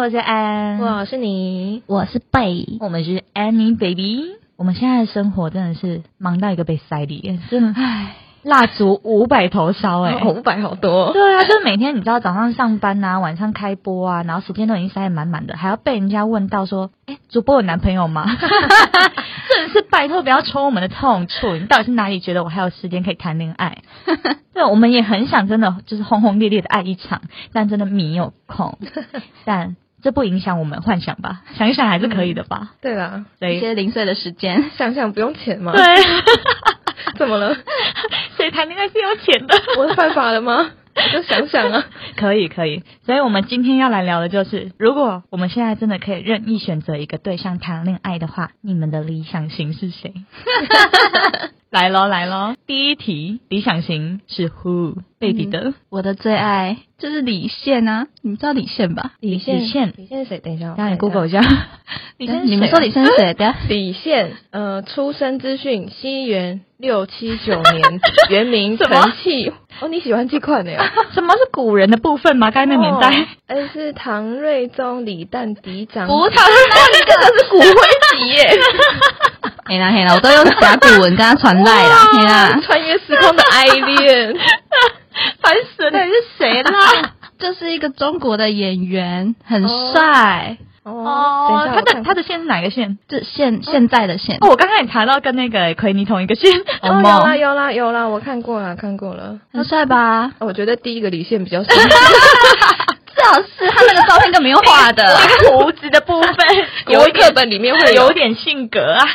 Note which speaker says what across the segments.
Speaker 1: 我是安，
Speaker 2: 我是你，
Speaker 1: 我是贝，我们是 Annie Baby。我们现在的生活真的是忙到一个被塞脸，真的，唉，蜡烛五百头烧哎、
Speaker 2: 五百好 多，
Speaker 1: 对啊，就是每天你知道早上上班啊，晚上开播啊，然后时间都已经塞得满满的，还要被人家问到说，哎、主播有男朋友吗？ 真的是拜托不要戳我们的痛处，你到底是哪里觉得我还有时间可以谈恋爱？ 对，我们也很想真的就是轰轰烈烈的爱一场，但真的没有 空，但这不影响我们幻想吧？想一想还是可以的吧？
Speaker 2: 对啦，
Speaker 1: 对
Speaker 3: 一些零碎的时间，
Speaker 2: 想想不用钱 嘛，
Speaker 1: 对，
Speaker 2: 嗯怎么了？
Speaker 1: 所以谈恋爱是有钱的。
Speaker 2: 我犯法了吗？我就想想 啊，
Speaker 1: 可以，可以。所以，我们今天要来聊的就是，如果我们现在真的可以任意选择一个对象谈恋爱的话，你们的理想型是谁？来喽，来喽！第一题，理想型是 who 贝比的
Speaker 3: 我的最爱就是李现啊，你知道李现吧？
Speaker 1: 李李现，
Speaker 2: 李现是谁？等一下，
Speaker 1: 让你 Google 一下。李现是谁啊，
Speaker 3: 你们说李现是谁？等一下，
Speaker 2: 李现，呃，出生资讯：西元六七九 年，原名
Speaker 1: 什么
Speaker 2: 陈气。哦，你喜欢这款的 呀？
Speaker 1: 什么是古人的部分吗？刚才那个年
Speaker 2: 哦
Speaker 1: 代，
Speaker 2: 哎，是唐睿宗李旦嫡长子。
Speaker 3: 不他那个是骨灰级 耶！黑啦黑啦，我都用甲骨文跟他传赖啦，啊黑啦，
Speaker 2: 穿越时空的爱 恋，
Speaker 1: 烦死了，到底是谁啦？
Speaker 3: 就是一个中国的演员，很
Speaker 2: 哦
Speaker 3: 帅，
Speaker 1: 哦，他的
Speaker 2: 的
Speaker 1: 他的线是哪个线？
Speaker 3: 这现现在的现
Speaker 1: 哦，我刚刚也查到跟那个奎尼同一个线。
Speaker 2: 哦，
Speaker 3: 好
Speaker 2: 有
Speaker 3: 猛
Speaker 2: 啦有啦有啦，我看过了看过了。
Speaker 3: 很帅吧？
Speaker 2: 哦我觉得第一个李现比 较帅，
Speaker 3: 最好是他那个照片根本没有画 的，
Speaker 1: 胡子的 部分
Speaker 2: 国文课本里面会有
Speaker 1: 有点性格啊。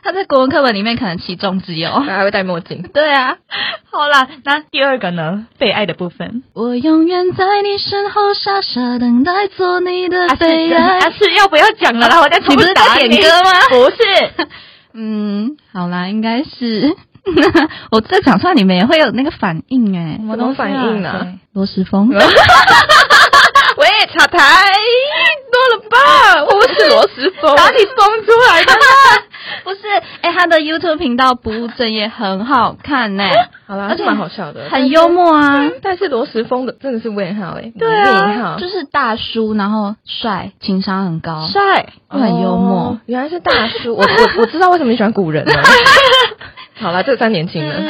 Speaker 3: 他在国文课本里面可能其中之哦有。
Speaker 2: 还会戴墨镜。
Speaker 3: 对啊，
Speaker 1: 好啦，那第二个呢？被爱的部分，
Speaker 3: 我永远在你身后傻傻等待，做你的
Speaker 1: 啊是
Speaker 3: 最爱。
Speaker 1: 啊是要不要讲了啦？我再重
Speaker 3: 你不是
Speaker 1: 打
Speaker 3: 在点
Speaker 1: 你
Speaker 3: 歌吗
Speaker 1: 不是，
Speaker 3: 嗯，好啦，应该是。 我这讲出来，你们也会有那个反应哎、
Speaker 1: 什
Speaker 2: 么东西啊
Speaker 1: 反应啊？
Speaker 3: 罗时 峰，
Speaker 2: 喂，茶台多了吧？我不是罗时峰，
Speaker 1: 哪里崩出来 的？
Speaker 3: 不是哎、他的 YouTube 频道不务正业很好看 呢、
Speaker 2: 好啦，
Speaker 3: 而
Speaker 2: 还
Speaker 3: 且
Speaker 2: 是蛮好笑的，
Speaker 3: 很幽默啊。
Speaker 2: 但是罗时峰的真的是问号哎、欸，
Speaker 1: 对啊
Speaker 2: 问号，
Speaker 3: 就是大叔，然后帅，情商很高，
Speaker 1: 帅，
Speaker 3: 又很幽默
Speaker 2: 哦。原来是大叔，我我我知道为什么你喜欢古人 了。好啦，这算年轻人。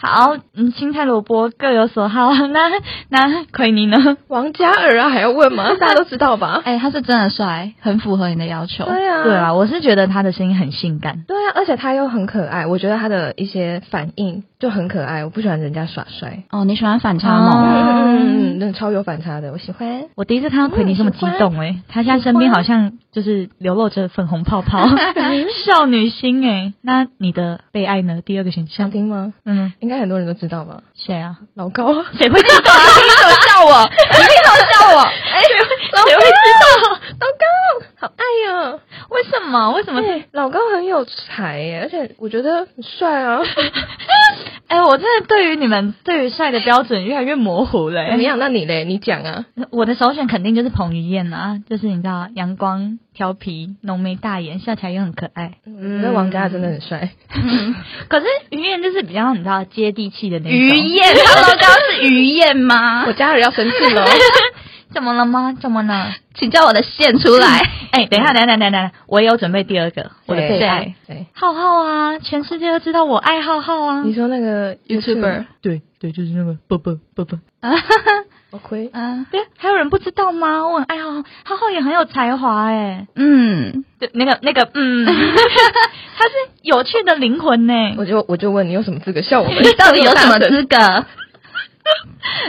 Speaker 1: 好，嗯，青菜萝卜各有所好。那那奎尼呢？
Speaker 2: 王嘉尔啊，还要问吗？大家都知道吧？
Speaker 3: 哎、他是真的帅，很符合你的要求。
Speaker 2: 对啊，
Speaker 1: 对啊，，我是觉得他的声音很性感。
Speaker 2: 对啊，而且他又很可爱，我觉得他的一些反应就很可爱。我不喜欢人家耍帅，
Speaker 3: 哦，你喜欢反差萌？
Speaker 1: 哦
Speaker 2: 嗯嗯嗯，那超有反差的，我喜欢。
Speaker 1: 我第一次看到奎尼这么激动哎、他现在
Speaker 2: 喜
Speaker 1: 身边
Speaker 2: 欢
Speaker 1: 好像就是流露着粉红泡泡，少女心哎、那你的被爱呢？第二个选
Speaker 2: 想
Speaker 1: 项，
Speaker 2: 听吗？
Speaker 1: 嗯，
Speaker 2: 应该很多人都知道吧？
Speaker 1: 谁啊？
Speaker 2: 老高，
Speaker 1: 谁会知道啊？
Speaker 3: 你怎么笑我？你为什么 笑我？哎、
Speaker 1: 哦谁会知道？
Speaker 2: 啊老高，好爱呀、
Speaker 1: 为什么？为什 么？
Speaker 2: 对，老高很有才耶，而且我觉得很帅 啊。
Speaker 1: 哎、我真的对于你们对于帅的标准越来越模糊了、
Speaker 2: 怎么
Speaker 1: 欸。
Speaker 2: 样？那你嘞？你讲啊。
Speaker 1: 我的首选肯定就是彭于晏啊，就是你知道，阳光、调皮、浓眉大眼，笑起来又很可 爱。
Speaker 2: 嗯，那王嘉尔真的很帅。
Speaker 1: 可是于晏就是比较你知道接地气的那种。
Speaker 3: 于燕，他老高是于燕
Speaker 1: 啊
Speaker 3: 吗
Speaker 2: 我？嘉尔要生气了。 哦
Speaker 1: 怎么了吗？怎么了？
Speaker 3: 请叫我的线出来。
Speaker 1: 哎、等一下，等一下，等一下，等一下，我也有准备第二个，我的最爱
Speaker 2: 对。对，
Speaker 1: 浩浩啊，全世界都知道我爱浩浩啊。
Speaker 2: 你说那个
Speaker 3: YouTuber 啊
Speaker 1: 对对，就是那个啵啵啵啵。
Speaker 2: 我亏。
Speaker 3: 嗯
Speaker 1: 对，还有人不知道吗？我很哎爱浩浩，浩浩也很有才华哎。
Speaker 3: 嗯，
Speaker 1: 对，那个那个，嗯， 他是有趣的灵魂呢。
Speaker 2: 我就我就问你有什么资格笑我们？
Speaker 3: 你 到底有什么资格？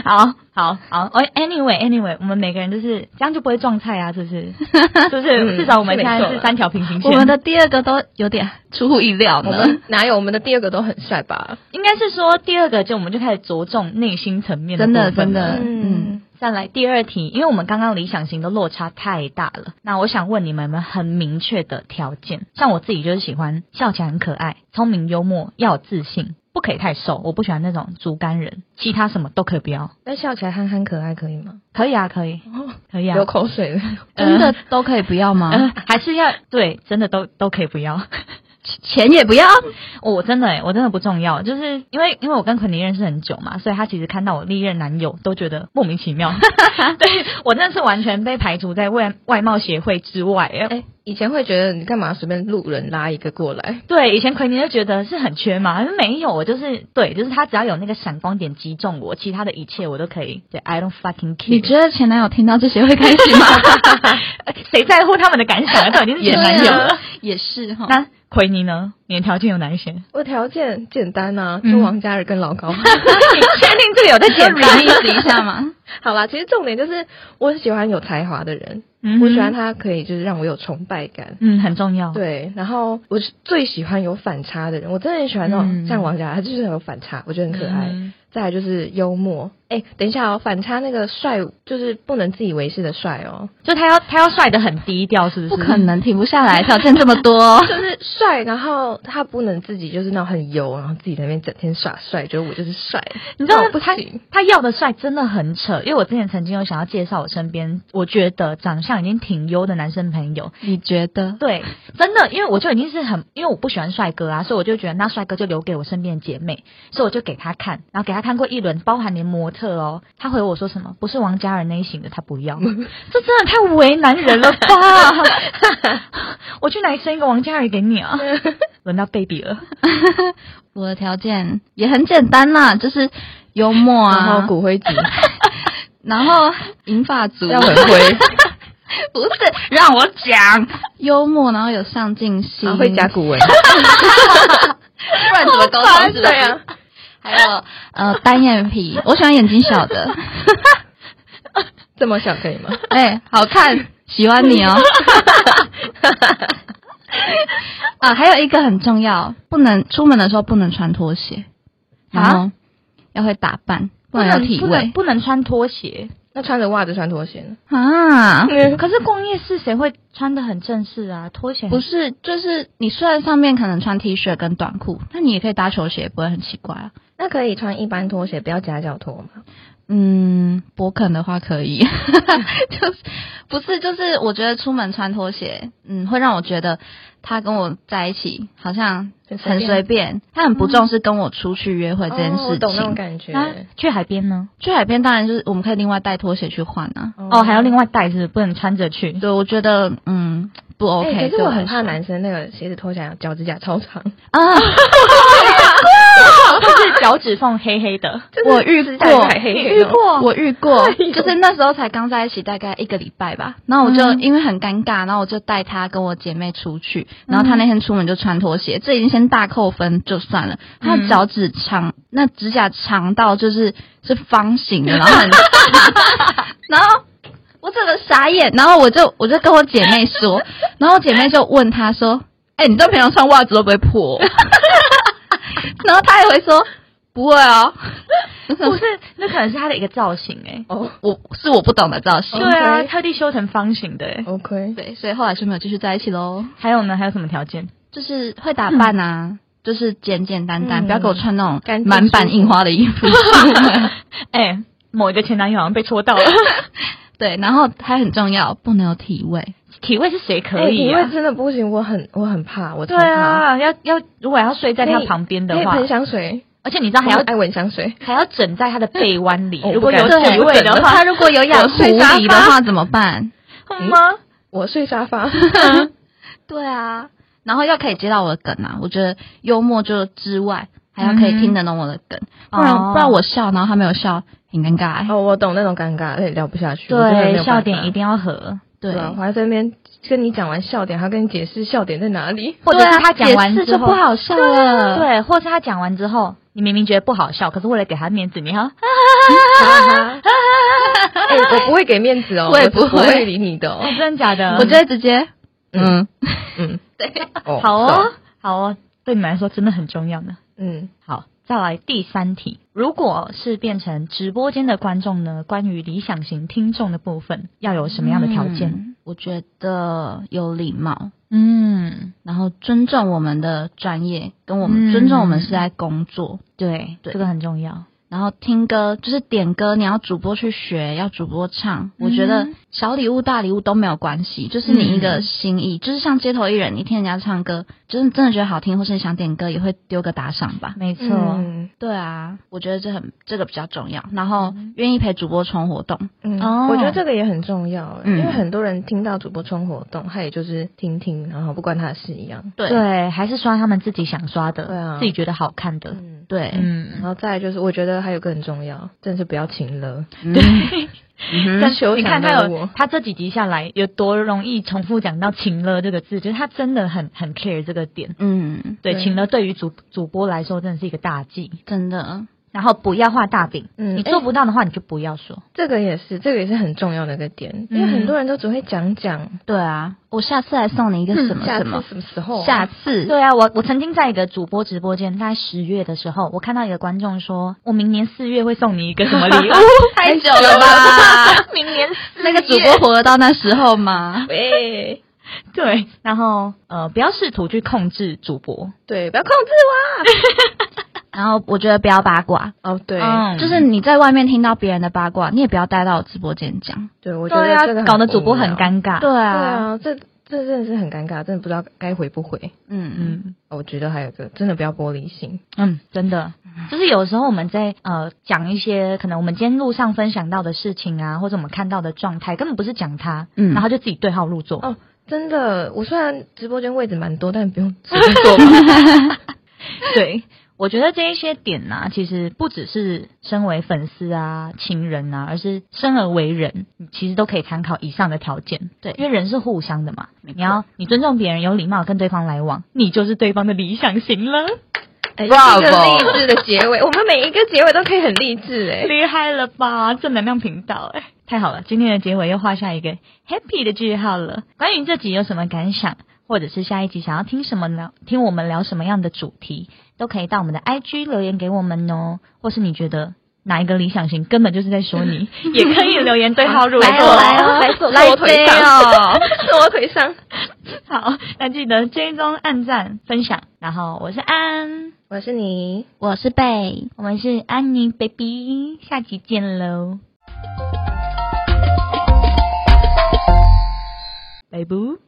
Speaker 1: 好好好，哦，anyway anyway，我们每个人就是这样就不会撞菜啊，是不 是？就
Speaker 2: 嗯
Speaker 1: 是至少我们
Speaker 2: 是
Speaker 1: 现
Speaker 2: 没
Speaker 1: 在
Speaker 2: 错
Speaker 1: 是
Speaker 2: 啦
Speaker 1: 三条平行线。
Speaker 3: 我们的第二个都有点出乎意料
Speaker 2: 我
Speaker 3: 呢
Speaker 2: 们。哪有我们的第二个都很帅吧？
Speaker 1: 应该是说第二个，就我们就开始着重内心层面
Speaker 3: 真的
Speaker 1: 部分
Speaker 3: 真
Speaker 1: 了
Speaker 3: 的，嗯，
Speaker 1: 再来第二题，因为我们刚刚理想型的落差太大了，那我想问你们有没有很明确的条件？像我自己就是喜欢笑起来很可爱、聪明幽默，要有自信，不可以太瘦，我不喜欢那种竹竿人，其他什么都可以不要。
Speaker 2: 但笑起来憨憨可爱可以吗？
Speaker 1: 可以啊，可以，可以啊
Speaker 2: 流。口水了。
Speaker 3: 嗯真的都可以不要吗？
Speaker 1: 呃，还是要对，真的都都可以不要。
Speaker 3: 钱也不要，
Speaker 1: 我、我真的、欸，我真的不重要，就是因为因为我跟肯尼认识很久嘛，所以他其实看到我历任男友都觉得莫名其妙。 对我真的是完全被排除在外外貌协会之外、欸。
Speaker 2: 哎、以前会觉得你干嘛随便路人拉一个过来？
Speaker 1: 对，以前奎宁就觉得是很缺嘛，没有，我就是对，就是他只要有那个闪光点击中我，其他的一切我都可以。对，I don't fucking
Speaker 3: 你
Speaker 1: care，
Speaker 3: 觉得前男友听到这些会开心吗？
Speaker 1: 谁在乎他们的感想啊？到底是前男友
Speaker 3: 对
Speaker 1: 了。
Speaker 3: 啊也是哈。
Speaker 1: 那奎尼呢？你的条件有哪一些？你
Speaker 2: 我条件简单啊，
Speaker 1: 嗯
Speaker 2: 就王嘉尔跟老 高。
Speaker 1: 确定这个有在
Speaker 3: 简单意思一下嘛，
Speaker 2: 好啦，其实重点就是我喜欢有才华的人，
Speaker 1: 嗯
Speaker 2: 我喜欢，他可以就是让我有崇拜感。
Speaker 1: 嗯，很重要。
Speaker 2: 对，然后我是最喜欢有反差的人，我真的很喜欢那种、
Speaker 1: 嗯
Speaker 2: 像王嘉尔，他就是很有反差，我觉得很可爱。
Speaker 1: 嗯
Speaker 2: 再来就是幽默，哎，等一下哦，反差那个帅就是不能自以为是的帅哦，
Speaker 1: 就他要他要帅的很低调，是不是？
Speaker 3: 不可能停不下来，条件这么多，
Speaker 2: 就是帅，然后他不能自己就是那种很油，然后自己在那边整天耍帅，觉得我就是帅，
Speaker 1: 你知道
Speaker 2: 那哦我不
Speaker 1: 他
Speaker 2: 行。
Speaker 1: 他要的帅真的很扯，因为我之前曾经有想要介绍我身边我觉得长相已经挺优的男生朋友，
Speaker 3: 你觉得？
Speaker 1: 对，真的，因为我就已经是很，因为我不喜欢帅哥啊，所以我就觉得那帅哥就留给我身边的姐妹，所以我就给他看，然后给他看过一轮，包含连模特哦，他回我说什么不是王嘉尔那一型的，他不要， 这真的太为难人了吧？ 我去哪里生一个王嘉尔给你 啊？轮到 baby 了，
Speaker 3: 我的条件也很简单啦，就是幽默
Speaker 2: 然
Speaker 3: 啊
Speaker 2: 后，骨 灰级，
Speaker 3: 然后银发族，
Speaker 2: 要很 灰，
Speaker 3: 不是让我讲幽默，然后有上进
Speaker 2: 然
Speaker 3: 心，
Speaker 2: 后啊会 加骨 纹，
Speaker 3: 不然怎么沟通？是不是
Speaker 2: 对啊，
Speaker 3: 还有呃单眼皮，我喜欢眼睛小的，
Speaker 2: 这么小可以吗？
Speaker 3: 哎、好看，喜欢 你哦。啊，还有一个很重要，不能出门的时候不能穿拖鞋，然后、要会打扮，啊不能有体
Speaker 1: 不能
Speaker 3: 味
Speaker 1: 不能穿拖鞋，
Speaker 2: 那穿着袜子穿拖鞋呢？
Speaker 3: 啊。
Speaker 1: 可是逛夜市谁会穿的很正式啊？拖鞋
Speaker 3: 不是，就是你虽然上面可能穿 T 恤跟短裤，那你也可以搭球鞋，不会很奇怪啊。
Speaker 2: 那可以穿一般拖鞋，不要夹脚拖吗？
Speaker 3: 嗯，勃肯的话可 以，就是不是就是我觉得出门穿拖鞋，嗯，会让我觉得他跟我在一起好像
Speaker 2: 很随
Speaker 3: 很
Speaker 2: 便啊
Speaker 3: 随便，他很不重视跟我出去约会这件
Speaker 2: 哦我
Speaker 3: 事
Speaker 2: 懂那种
Speaker 3: 情。
Speaker 2: 感觉。
Speaker 1: 啊，去海边呢？
Speaker 3: 去海边当然就是我们可以另外带拖鞋去换啊。
Speaker 1: 哦，还要另外带，是不是不能穿着 去？
Speaker 3: 对，我觉得嗯不 OK，、
Speaker 2: 哎可
Speaker 3: 对
Speaker 2: 是我
Speaker 1: 啊
Speaker 3: 来
Speaker 2: 很怕
Speaker 3: 说
Speaker 2: 男生那个鞋子脱下来，脚趾甲超 长，
Speaker 3: 啊，
Speaker 1: 就是脚趾缝黑黑的，
Speaker 3: 我遇
Speaker 2: 指甲
Speaker 3: 过，
Speaker 2: 还黑黑的
Speaker 1: 遇过
Speaker 3: 我遇过，
Speaker 2: 哎呦
Speaker 3: 就是那时候才刚在一起大概一个礼拜吧，然后我就、
Speaker 1: 嗯
Speaker 3: 因为很尴尬，然后我就带她跟我姐妹出去，
Speaker 1: 嗯
Speaker 3: 然后她那天出门就穿拖鞋，这已经先大扣分就算了，她
Speaker 1: 嗯
Speaker 3: 的脚趾长，那指甲长到就是是方 形的，然后很， 然后。我整个傻眼，然后我就我就跟我姐妹 说，然后我姐妹就问她说：“哎、你知道平常穿袜子会不会破？”哦 然后她也会说：“不会哦。” 我想
Speaker 1: 不是，那可能是他的一个造型哎、
Speaker 2: 哦
Speaker 3: 我是我不懂的造型。
Speaker 1: 对啊，
Speaker 2: OK
Speaker 1: 特地修成方形的、欸。
Speaker 2: ，OK，
Speaker 3: 对，所以后来就没有继续在一起喽。
Speaker 1: 还有呢？还有什么条件？
Speaker 3: 就是会打扮啊，就是简简单单，
Speaker 2: 嗯
Speaker 3: 不要给我穿那
Speaker 2: 干
Speaker 3: 种
Speaker 2: 净
Speaker 3: 满版印花的衣服出门。
Speaker 1: 哎、某一个前男友好像被戳到了，
Speaker 3: 对，然后还很重要，不能有体味。
Speaker 1: 体位是谁可
Speaker 2: 哎
Speaker 1: 以
Speaker 2: 体
Speaker 1: 啊？
Speaker 2: 味真的不行，我很我很怕，我超
Speaker 1: 对
Speaker 2: 怕。
Speaker 1: 啊，要要如果要睡在他旁边
Speaker 2: 可
Speaker 1: 的
Speaker 2: 以
Speaker 1: 话，
Speaker 2: 喷香水，
Speaker 1: 而且你知道还
Speaker 2: 我
Speaker 1: 要
Speaker 2: 爱闻香 水。
Speaker 1: 还要枕在他的背弯里，
Speaker 2: 哦
Speaker 1: 如果有
Speaker 2: 不敢
Speaker 1: 体味的
Speaker 2: 我不
Speaker 1: 话嗯
Speaker 3: 他，如果有养
Speaker 2: 我
Speaker 3: 狐
Speaker 2: 睡沙
Speaker 3: 狸的
Speaker 2: 发
Speaker 3: 话怎么办？
Speaker 1: 好吗？
Speaker 2: 我睡沙 发，
Speaker 3: 对啊，然后要可以接到我的梗啊，我觉得幽默就之外，还要可以听得懂我的梗，不然、
Speaker 1: 哦
Speaker 3: 不然我笑，然后他没有笑，很尴尬欸、
Speaker 2: 哦，我懂那种尴尬，哎也聊不下去。我真的没有办
Speaker 1: 对，
Speaker 2: 法
Speaker 1: 笑点一定要合，
Speaker 3: 对，
Speaker 2: 啊我还在那边跟你讲完笑点，还要跟你解释笑点在哪 里。
Speaker 1: 或者
Speaker 3: 对啊
Speaker 1: 是他讲完
Speaker 3: 解释
Speaker 1: 之
Speaker 3: 就
Speaker 1: 后
Speaker 3: 不好笑了。
Speaker 1: 对，啊或是他讲完之后，你明明觉得不好笑，可是为了给他面子，你要
Speaker 2: 哈哈哎，我不会给面子哦，
Speaker 3: 我也
Speaker 2: 是
Speaker 3: 不会
Speaker 2: 不会理你 的哦。
Speaker 1: 哦，真的假的？
Speaker 3: 我就会直接
Speaker 2: 嗯
Speaker 3: 嗯。
Speaker 2: 嗯，对
Speaker 1: 好哦，，好哦，对你们来说真的很重要呢。
Speaker 2: 嗯，
Speaker 1: 好，再来第三题，如果是变成直播间的观众呢，关于理想型听众的部分，要有什么样的条件？
Speaker 3: 嗯我觉得有礼貌，
Speaker 1: 嗯，
Speaker 3: 然后尊重我们的专业，跟我
Speaker 1: 嗯
Speaker 3: 们、尊重我们是在工作。
Speaker 1: 对，
Speaker 3: 对
Speaker 1: 这个很重要。
Speaker 3: 然后听歌就是点歌，你要主播去学，要主播唱。我觉得
Speaker 1: 嗯
Speaker 3: 小礼物、大礼物都没有关系，就是你一个
Speaker 1: 嗯
Speaker 3: 心意。就是像街头艺人，你听人家唱歌，就是真的觉得好听，或是想点歌，也会丢个打赏吧。
Speaker 1: 没错，
Speaker 2: 嗯
Speaker 3: 对啊，我觉得这很这个比较重要。然后愿意陪主播冲活动，
Speaker 2: 嗯
Speaker 1: 哦
Speaker 2: 我觉得这个也很重要、
Speaker 3: 嗯
Speaker 2: 因为很多人听到主播冲活动，他也就是听听，然后不关他的事一样。
Speaker 3: 对
Speaker 1: 对，还是刷他们自己想刷的，
Speaker 2: 对啊
Speaker 1: 自己觉得好看的，
Speaker 2: 嗯，
Speaker 3: 对，
Speaker 2: 然
Speaker 1: 嗯，
Speaker 2: 后再来就是，我觉得还有个很重要，真的是不要请了。
Speaker 3: 对，嗯
Speaker 2: 但
Speaker 3: 哼
Speaker 2: 是球
Speaker 1: 你
Speaker 2: 场
Speaker 1: 看
Speaker 2: 的
Speaker 1: 他有
Speaker 2: 我
Speaker 1: 他这几集下来有多容易重复讲到“情乐”这个字，就是他真的很很 care 这个点。
Speaker 3: 嗯，
Speaker 1: 对，
Speaker 2: 对
Speaker 1: 情乐对于主主播来说真的是一个大忌。
Speaker 3: 真的，
Speaker 1: 然后不要画大饼，
Speaker 2: 嗯
Speaker 1: 你做不到的话你就不要说。
Speaker 2: 这个也是，这个也是很重要的一个点，因为
Speaker 1: 嗯
Speaker 2: 很多人都只会讲讲，
Speaker 3: 对啊，我下次来送
Speaker 1: 嗯
Speaker 3: 你一个什
Speaker 2: 嗯
Speaker 3: 么
Speaker 2: 下
Speaker 3: 什
Speaker 2: 次
Speaker 3: 么，
Speaker 2: 什么时候啊、
Speaker 3: 下次
Speaker 1: 对啊，我我曾经在一个主播直播间，大概十月的时候，我看到一个观众说，我明年四月会送你一个什么 礼物，哎
Speaker 3: 太久 了吧？
Speaker 1: 明年四
Speaker 3: 那个主播活得到那时候 吗？
Speaker 2: 喂，
Speaker 1: 对，然后呃，不要试图去控制主播，
Speaker 2: 对，不要控制
Speaker 3: 然后我觉得不要八卦，
Speaker 2: 我啊！哦，对，
Speaker 1: 嗯
Speaker 3: 就是你在外面听到别人的八卦，你也不要带到我直播间讲。
Speaker 2: 对，我觉
Speaker 1: 对
Speaker 2: 得
Speaker 1: 啊
Speaker 2: 这个，很
Speaker 1: 搞得主播
Speaker 2: 无聊
Speaker 1: 很。尴尬。
Speaker 3: 对
Speaker 2: 对
Speaker 3: 啊，
Speaker 2: 啊，这这真的是很尴尬，真的不知道该回不回。
Speaker 3: 嗯
Speaker 1: 嗯
Speaker 2: 我觉得还有一个，真的不要玻璃心。
Speaker 1: 嗯，真的，就是有时候我们在呃讲一些可能我们今天路上分享到的事情啊，或者我们看到的状态，根本不是讲他，
Speaker 3: 嗯
Speaker 1: 然后就自己对号入 座。
Speaker 2: 哦真的，我虽然直播间位置蛮多，但不用随便坐吧。
Speaker 1: 对，我觉得这一些点呢、其实不只是身为粉丝啊、情人啊，而是生而为人，你其实都可以参考以上的条件。
Speaker 3: 对
Speaker 1: 因为人是互相的嘛，
Speaker 3: 没错
Speaker 1: 你要你尊重别人，有礼貌跟对方来往，你就是对方的理想型了，
Speaker 2: 哎
Speaker 3: Bravo
Speaker 2: 这是一个励志的结尾，我们每一个结尾都可以很励志哎。
Speaker 1: 厉害了吧？正能量频道哎、太好了！今天的结尾又画下一个 happy 的句号了。关于这集有什么感想，或者是下一集想要听什么聊，听我们聊什么样的主题，都可以到我们的 IG 留言给我们哦。或是你觉得哪一个理想型根本就是在说你，也可以留言对号入座。
Speaker 3: 来哦来哦
Speaker 2: 来坐
Speaker 3: 来
Speaker 2: 坐我腿上
Speaker 3: 杯哦，
Speaker 2: 坐我腿上。
Speaker 1: 好，那记得追踪、按赞、分享。然后我是安，
Speaker 2: 我是你。
Speaker 3: 我是贝，
Speaker 1: 我们是安妮 baby，下集见喽，拜拜。